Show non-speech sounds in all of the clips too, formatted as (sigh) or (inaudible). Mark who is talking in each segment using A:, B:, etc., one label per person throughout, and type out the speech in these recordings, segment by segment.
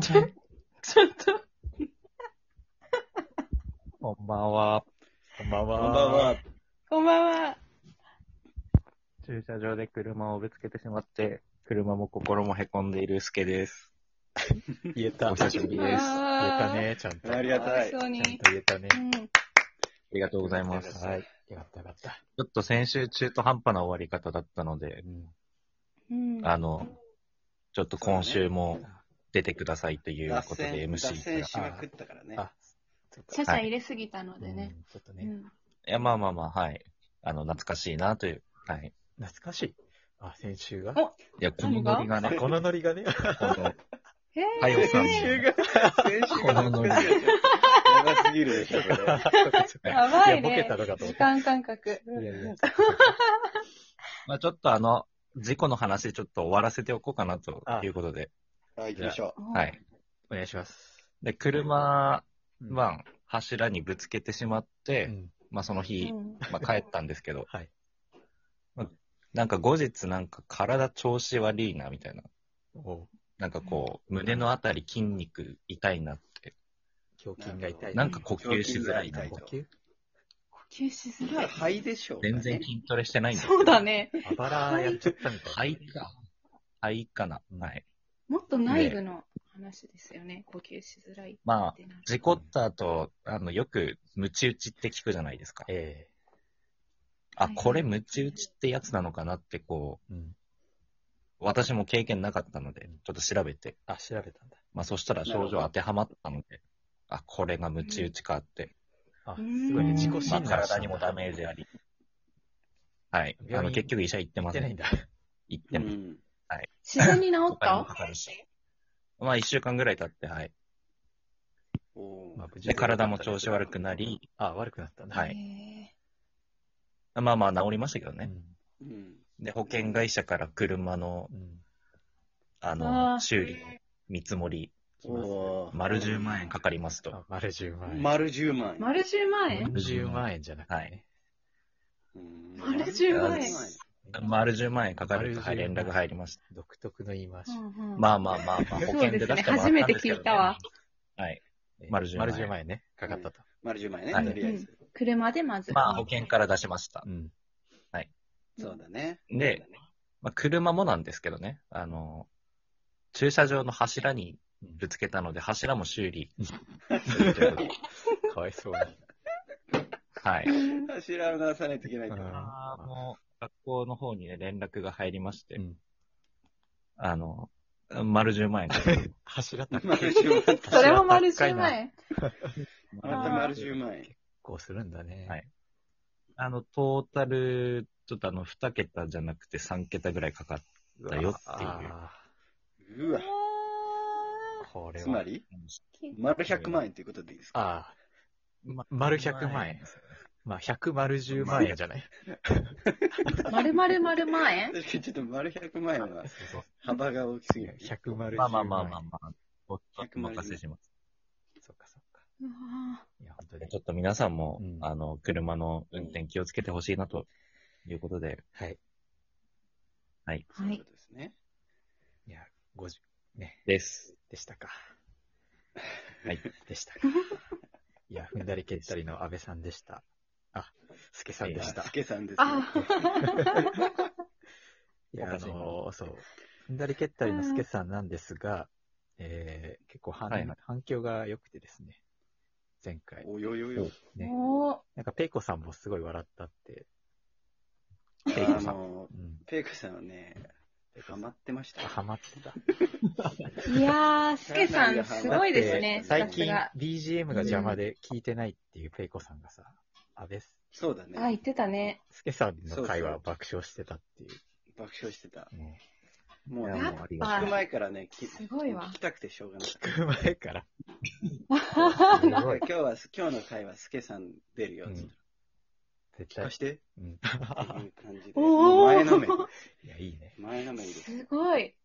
A: ちょっ
B: ちょっと、
A: こんばんは。こんばん
C: こんばんは。
B: こんばんは。
A: 駐車場で車をぶつけてしまって、車も心もへこんでいるすけです。
C: 言えた。
A: お久しぶり
B: 言
A: です
B: え
D: 言えたね、ちゃんと。ちゃ
C: あ
D: ん
C: りがたい。
B: そうに。
D: と言えたね。
B: うん。
A: ありがとうございます。。
D: はい
A: ち
D: よかったよかった。
A: ょっと先週中途半端な終わり方だったので、
B: うん。
A: あの、ちょっと今週も出てくださいという
C: 脱
A: ことで
C: 線、脱
A: MC
C: 線
A: か
C: しまくったからね。
D: あ、
B: シャシャ入れすぎたのでね。
D: うんちょっと
B: う
D: ね、
B: ん。
A: ら。いや、まあまあまあ、はい。あの、懐かしいなという。はい。
D: 懐かしい。あ、先週が。
B: お
A: いや、このノリが
D: あ
A: ね、
D: このノリ
A: (laughs)
D: がね。
A: こ
D: (laughs)
A: の、
B: へえ。
A: はよさんの
B: や
C: が、先週が懐かしい。長すぎるでしょ、これ。
B: ばい
D: ボケ
B: ね
D: たのか。と
B: 時
D: 思った。
B: 間感覚。
D: いやいや。
A: (laughs) まあちょっとあの、事故の話ちょっと終わらせておこうかなということで。
C: はい、行きましょ
A: は。。
B: はい
D: お願いします。
A: で、車、
D: うん
A: まあ、柱にぶつけてしまって、
D: うん
A: まあその日、
B: うん
A: まあ帰ったんですけど、
D: はい。
A: なんか後日なんか体調子悪いなみたいな、
D: お
A: なんかこう、胸のあたり筋肉痛いなって、
D: 胸筋が痛い。
A: なんか呼吸しづらいな
C: う。
D: 呼吸
B: 呼吸しづ
C: う。
B: らい。
C: 肺でしょうかね。
A: 全然筋トレしてないんです
B: そうだ。ね。
D: あばらやっちゃったみた。
A: はいいか。はいかな。はい。
B: もっと内部の話ですよね。呼吸しづらいって
A: まあ
B: なる。
A: 事故った後、あの、よく、ムチ打ちって聞くじゃないですか。
D: え
A: あ、これムチ打ちってやつなのかなって、こ
D: え。うん。
A: う、私も経験なかったので、ちょっと調べて、
D: あ、調べたんだ。
A: まあそしたら症状当てはまったので、あ、これがムチ打ちかって、
D: あ、
B: う
D: す
B: ん
D: ごいね。自己
B: うん
D: 診
A: ま
D: 断
A: あ体にもダメージあり。はい。あ
D: 病
A: の、
D: 院
A: 結局医者行って
D: 言
A: ま
D: っ
A: せ
D: てないん
A: ん。
D: だ。
A: 行って
C: う
A: ない。
C: ん。
B: 自然に治
A: お
B: っ
A: 金
B: た
A: もかかるし。まあ一週間ぐらい経って、はい。
C: おー
D: まあ無事
A: で、体も調子悪くなり、
D: あ、悪くなったんだ。
A: はい
B: い。
A: まあまあ治りましたけどね。
C: うん。
A: で、保険会社から車の
D: う、ん。
A: あの、
B: あー
A: 修理の見積もり、
C: おー
A: 丸10万円かかります
D: うん。
A: と。
D: あ、丸10万円。
C: 丸10万円。
B: 丸10万円
D: 10万円じゃなくてね。
A: はい
C: うん
B: 丸10
A: 万円
C: 10
A: 丸10万円かかると、はい、
D: 丸10
A: 連
D: 万
A: 絡入りました。
D: 独特の言い回し。
B: うんうん
A: まあまあまあまあ、保険で出してもら
B: そう
A: ったんですけど、
B: ですね初めて聞いたわ。
A: はい。
D: えー
A: 丸10万円
D: 丸10万円ね。かかったと。
C: 丸10万円ね、
A: はい
C: とりあえず。
B: 車でまず。
A: まあ、保険から出しました。
D: うん。
C: そうだね。
A: で、まあ、車もなんですけどね、あの、駐車場の柱にぶつけたので、柱も
B: (laughs)
A: 修理するということで。
D: かわいそうに。
A: はい。
C: 柱を直さないといけないから。
D: うん
A: あーもう学校の方にね、連絡が入りまして、
D: うん
A: あの、丸10万円かか (laughs) る
D: 柱高い。
C: 丸10万円。
B: それも丸
D: 高い
B: 10
D: な
B: 万円。
C: また丸10万円。
D: こうするんだね。
A: はいあの、トータル、ちょっとあの、2桁じゃなくて3桁ぐらいかかったよっていう。
D: あ
C: うわ。
D: ーこれは。
C: つまり、丸100万円ということでいいですか
D: ああ。丸100万円。まあ、100丸10万円じゃない。
B: 丸々丸万円
C: 確かにちょっと丸100万円は
D: そう
C: 幅が大きすぎる。
D: 100丸10
A: まあ
D: 万円。
A: まあまあまあま
D: あ。
A: あ、おっとお任せします。
D: そっかそっか。
B: うわ
D: いや、本当に。
A: ちょっと皆さんも、
D: うん
A: あの、車の運転気をつけてほしいなということで、
D: はい。
B: ー
C: そう
B: は
C: いう
B: い
C: こ。とですね。
D: いや、50、ね、
A: です。
D: でしたか。
A: はい。
D: でし
A: (laughs)
D: たか。いや、踏んだり蹴ったりの安倍さんでした。あ、助さんでした
C: あ。すけさんですね。
B: あー
D: いや、
A: お
D: あ
A: かしいな
D: のーそう。踏んだり蹴ったりのスケさんなんですが、えー、結構反,、
A: はいはい
D: 反響が良くてですね、前回。
C: およよよ。
D: ね、
B: おー
D: なんか、ペイコさんもすごい笑ったって。
A: ペイコさ
C: あ
A: ん。
C: の、
D: うん。
C: ペイコさんはね、ハマってました。
D: ハマってた。
B: いやー、すけさん、すごいですね。
C: だ
D: 最
C: っ
B: さ
C: て
B: す
D: 近
B: が、
D: BGM が邪魔で聞いてないっていうペイコさんがさ、安倍す
C: そうだ
B: あ、言
C: ね
B: っ。てた
D: (laughs)
B: ね。
D: スケさんの会
C: そう
D: 話爆笑してたっていう。
C: 爆笑してた。
D: ね、
C: もう
A: い
C: ね、
A: や
B: やっ
A: もうありが
C: 聞
B: ぱ
C: く、前からね、き
B: すごいわ
C: 聞きたくてしょうがな
D: 聞く前から。
C: い。
D: す
C: なん
D: ご
C: か
D: い
C: 今。日は、今日の回はすけさん出るよ
D: う、ん
C: つって
D: 絶
C: 聞
D: 対
C: か。して
D: うん。
C: っていう感じで。もう
B: お
C: 前のめり。
B: ー
D: いや、いいね。
C: 前のめりです。
B: すごい。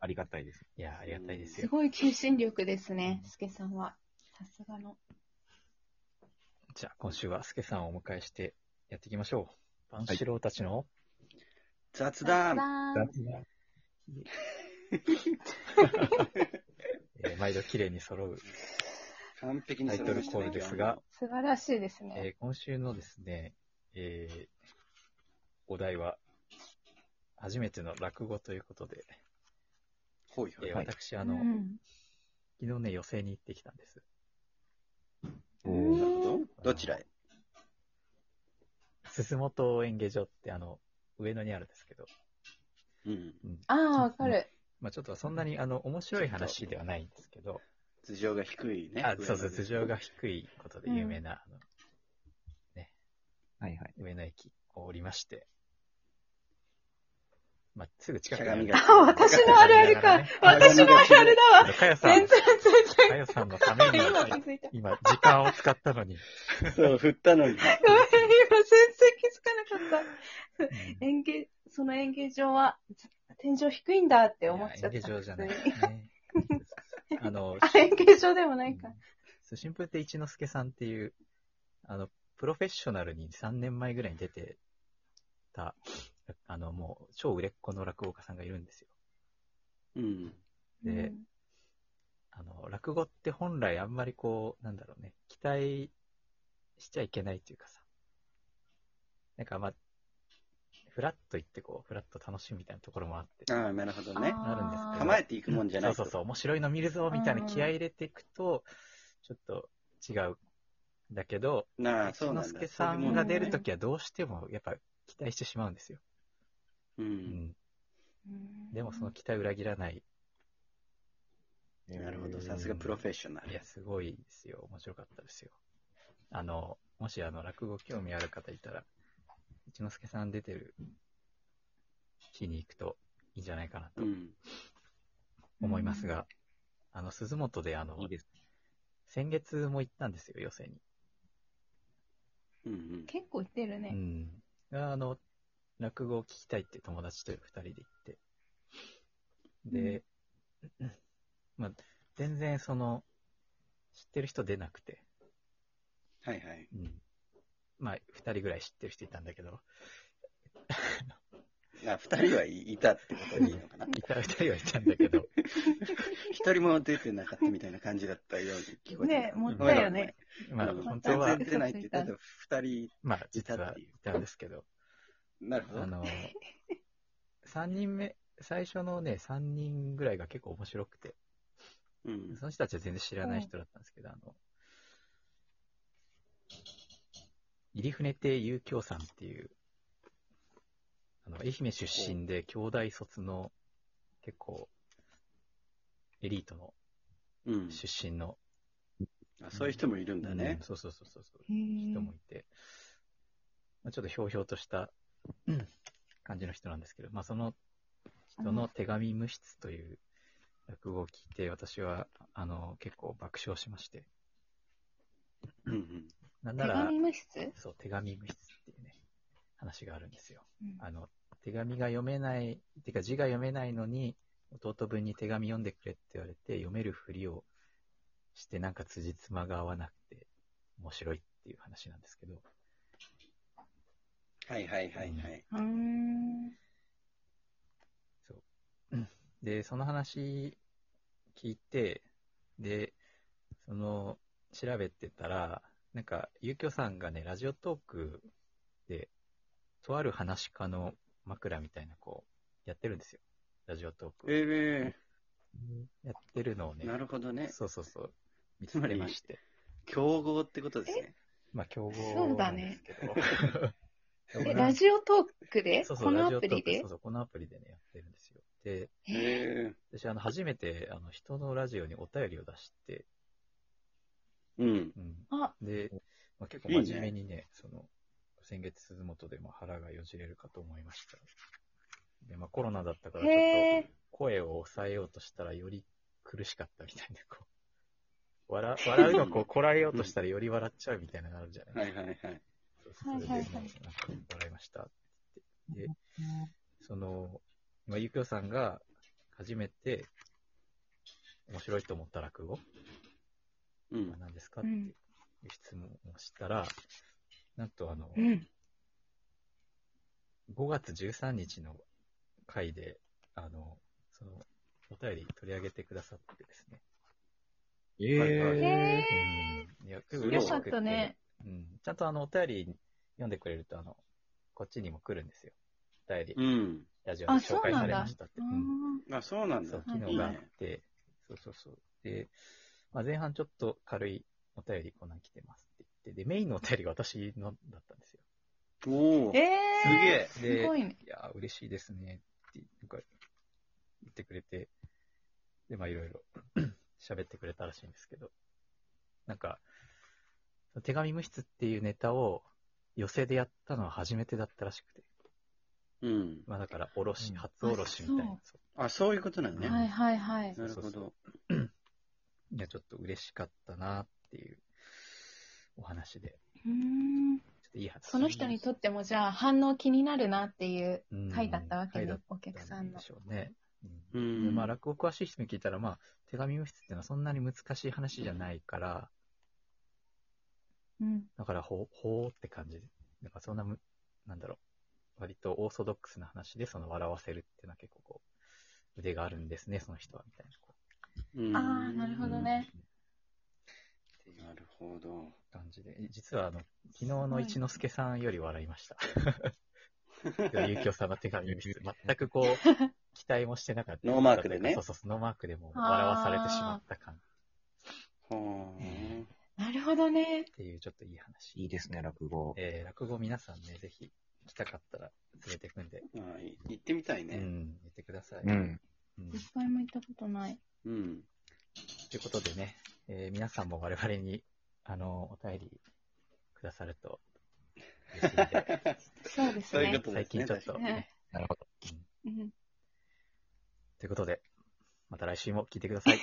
A: ありがたいです。
D: いや、ありがたいです
B: す
D: よ。
B: ごい求心力ですね、すけさんは。さすがの。
D: じゃあ、今週はスケさんをお迎えしてやっていきましょう。万志郎たちの、
C: 雑
B: だ
C: 談
B: ーん
D: (laughs) え毎度綺麗に揃う
C: 完璧に
D: タイトルコールですが、
B: 素晴らしいですね。
D: えー今週のですね、えーお題は、初めての落語ということで、
C: ほい
D: えー
A: はい
D: 私、あの、
B: うん
D: 昨日ね、寄席に行ってきたんです。
B: ー
C: なるほど。どちらへ
D: すすもと演芸場って、あの、上野にあるんですけど、
C: うん。
B: ああ、わかる。
D: まあちょっとそんなに、あの、面白い話ではないんですけど、
C: 頭上が低いね。
D: あ、そうそう、頭上
C: が。
D: が低いことで有名な、あの、
A: はいはい。
D: 上野駅を降りまして、まあ、すぐ近
C: し
D: く
C: ゃ
D: に
C: が
D: あ
C: み
D: る
C: が。
B: あ、私のあるあるか。私もあるあるだ
D: あ
B: わ。
D: のかやさん、
B: 全然
D: か
B: 全
D: よさんのために
B: 然。、 (laughs) 今気づいた。
D: 今、時間を使っ
B: (laughs)
D: たのに。
C: そう、振ったのに。
B: ごめん、今全然気づかなかった。演芸、その演芸場は、天井低いんだって思っちゃった。
D: いや演芸場じゃない。
B: 普通に
D: ね
B: (laughs)
D: あの、
B: あ、演芸場でもないか。
D: そう新風亭一之輔さんっていう、あの、プロフェッショナルに3年前ぐらいに出てた、あの、もう、超売れっ子の落語家さんがいるんですよ。
C: うん。
D: で
B: うん
D: あの、落語って本来あんまりこう、なんだろうね、期待しちゃいけないというかさ、なんかまあ、フラッと行ってこう、フラッと楽しむみたいなところもあって、
C: ああ、なるほどね。
D: なるんですけど
C: 構えていくもんじゃな
D: そ
C: い
D: うそ
C: と。
D: うそう、面白いの見るぞ、みたいな気合い入れていくと、ちょっと違うんだけど、
C: なあ、
D: 一
C: そう
D: 之
C: なんだ。
D: 輔さんが出る
B: と
D: ときはどうしてもやっぱ期待してしまうんですよ。
C: う。
D: うんん。でもその期待裏切らない。
C: なるほど。さすがプロフェッショナ
D: い
C: ル
D: や、。すごいですよ。面白かったですよ。あの、もしあの、落語興味ある方いたら、一之輔さん出てる日に行くといいんじゃないかなと
C: うん。
D: 思いますが、あの、鈴本であの、
A: いいです。
D: 先月も行ったんですよ、寄席に。
C: うんうん。
B: 結構行ってる
D: う
B: ね。
D: ん。あの、落語を聞きたいって友達と二人で行って。で、まあ、全然その、知ってる人出なくて、
C: はいはい。
D: うん。まあ、二人ぐらい知ってる人いたんだけど、
C: あ、二人はいいたってことでいいのか
D: (laughs)
C: な。
D: いた二人はいたんだけ (laughs) ど、
C: 一人も出てなかったみたいな感じだったように聞こえて
B: ね
C: た。
B: も
D: った
B: よね
D: まあ、
C: うん
D: 本当
C: 全
D: は
C: 然、出ないって言ったと、二人、
D: まあ、実はいたんですけど、
C: なるほど。
D: あの、三人目、最初のね、三人ぐらいが結構面白くて、
C: うん。
D: その人たちは全然知らない人だったんですけど、あの、入船亭遊興さんっていう、あの、愛媛出身で兄弟卒の結構、エリートの
C: うん。
D: 出身の、
C: あそういう人もいるんだね
D: うん。そうそうそうそうそう、
B: へー
D: 人もいて、まあ、ちょっとひょうひょうとしたうん感じの人なんですけど、まあ、その人の手紙無筆という落語を聞いて、私は、あの、結構爆笑しまして。
C: うんうん。
D: なん
B: 手
D: なら
B: 紙、無質
D: そう、手紙無筆っていうね、話があるんですよ。
B: うん
D: あの、手紙が読めない、てか字が読めないのに、弟分に手紙読んでくれって言われて、読めるふりをして、なんか辻褄が合わなくて、面白いっていう話なんですけど、
C: はいはいはいはい。
B: うーん。
D: で、その話聞いて、で、その、調べてたら、なんか、ゆうきょさんがね、ラジオトークで、とある話家の枕みたいな、こう、やってるんですよ。ラジオトーク。
C: え
D: やってるのを
C: え
D: ね、
C: なるほどね。
D: そうそうそう、見
C: つ
D: つ
C: ま
D: け
C: り
D: まして。
C: 競合ってことですね。
D: まあ、競合
B: そうだ
D: なん
B: ね
D: ですけど。
B: (laughs) え、ラジオトークで
D: そうそう
B: この
D: ラ
B: ア
D: ジオ
B: プ
D: トー
B: リ
D: ク
B: で
D: そうそう、このアプリでね、やってるんですよ。で、
B: え
C: え
D: 私、あの、初めて、あの、人のラジオにお便りを出して、
C: えうん。
D: うん、
B: あ、
D: で、まあ、結構
C: いいね
D: 真面目にね、その、先月鈴本でも腹がよじれるかと思いました。で、まあコロナだったからちょ
B: へ
D: っ
B: え。
D: と声を抑えようとしたらより苦しかったみたいな、こう。笑笑うのこうこらえようとしたらより笑っちゃうみたいなのがあるじゃな
C: は
D: いで
C: いはいはい。
D: すか。
B: はい
D: それ
B: はいは
D: で、ま
B: い
D: あなんか笑いましたって言って。で、その、まあ、ゆきおさんが初めて面白いと思った落語
C: う
D: まあ
C: ん。
D: 何ですかっていう質問をしたら、なんとあの、
B: うん。
D: 5月13日の回で、あの、その、お便り取り上げてくださってですね、
A: え
C: はい
B: へ
D: うんいや結構
B: え、よ
D: 嬉し
B: か
D: く
B: ってたね。
D: うん、ちゃんとあの、お便り読んでくれると、あの、こっちにも来るんですよ。お便り、
C: うん。
D: ラジオで紹介されましたって。
B: う
D: うん
B: ん
C: あ、そうなん
D: そ
C: だ
D: う、。機
C: い
D: 能
C: い
D: があっ
C: ね。
D: て、そうそうそう。で、まあ、前半ちょっと軽いお便りこんなに来てますって言って、で、メインのお便りが私のだったんですよ。
C: おお。
B: え
C: すげ
B: え
C: え。
D: です
B: ごいね。
D: いやー、嬉しいですねって、なんか、言ってくれて、で、まあ、いろいろ (clears throat) 喋ってくれたらしいんですけど、なんか、手紙無筆っていうネタを寄せでやったのは初めてだったらしくて、
C: うん。
D: まあ、だから、おろし、
A: うん
D: 初おろしみたいな
B: あ、
D: そう
C: あ、そういうことなんね。
B: はいはいはい。
C: なるほど。
D: いや、ちょっと嬉しかったなっていうお話で、
B: うん
D: ちょっといい話。
B: その人にとってもじゃあ反応気になるなっていう
D: うん
B: 回だったわけ
D: 回
B: ね、
D: だっ
B: お客
D: た
B: さん
D: ん
B: の
D: で。しょうね。
C: う
D: で
C: ん。
D: まあ、落語詳しい人に聞いたら、まあ、手紙無筆っていうのはそんなに難しい話じゃないから、
B: うん。
D: だから、ほう、ほうって感じで。なんかそんなむ、なんだろう。割とオーソドックスな話で、その笑わせるっていうのは結構こう、腕があるんですね、その人は、みたいな。こ
C: うん
B: ああ、なるほどね。
D: うっていう
C: なるほど。
D: 感じで。実は、あの、昨日の一之輔さんより笑いま
C: (laughs)
D: した。ゆうきょうさんの手紙見て、全
C: (laughs)
D: くこう、期待もしてなかった。
C: ノーマークでね
D: そうそうそう、ノーマークでもう笑わされてしまった感っ
C: ほ
D: え
C: う。
B: なるほどね。
D: ていう、ちょっといい話。
A: いいですね、落語。
D: えー、落語皆さんね、ぜひ、来たかったら連れてくんで、
C: あい行ってみたいうね。
D: ん、言ってください。
A: うん。
D: うん
B: 一回も行ったことない。
C: うん。
D: ということでね、えー皆さんも我々に、あの、お便りくださると嬉しいんで、
B: そうです
C: (laughs) そういう
B: ね
C: こ。とで
D: 最
C: すね
D: 近ちょっと、ね
B: ね、
A: なるほど。
B: うん
D: ということで、また来週も聞いてください。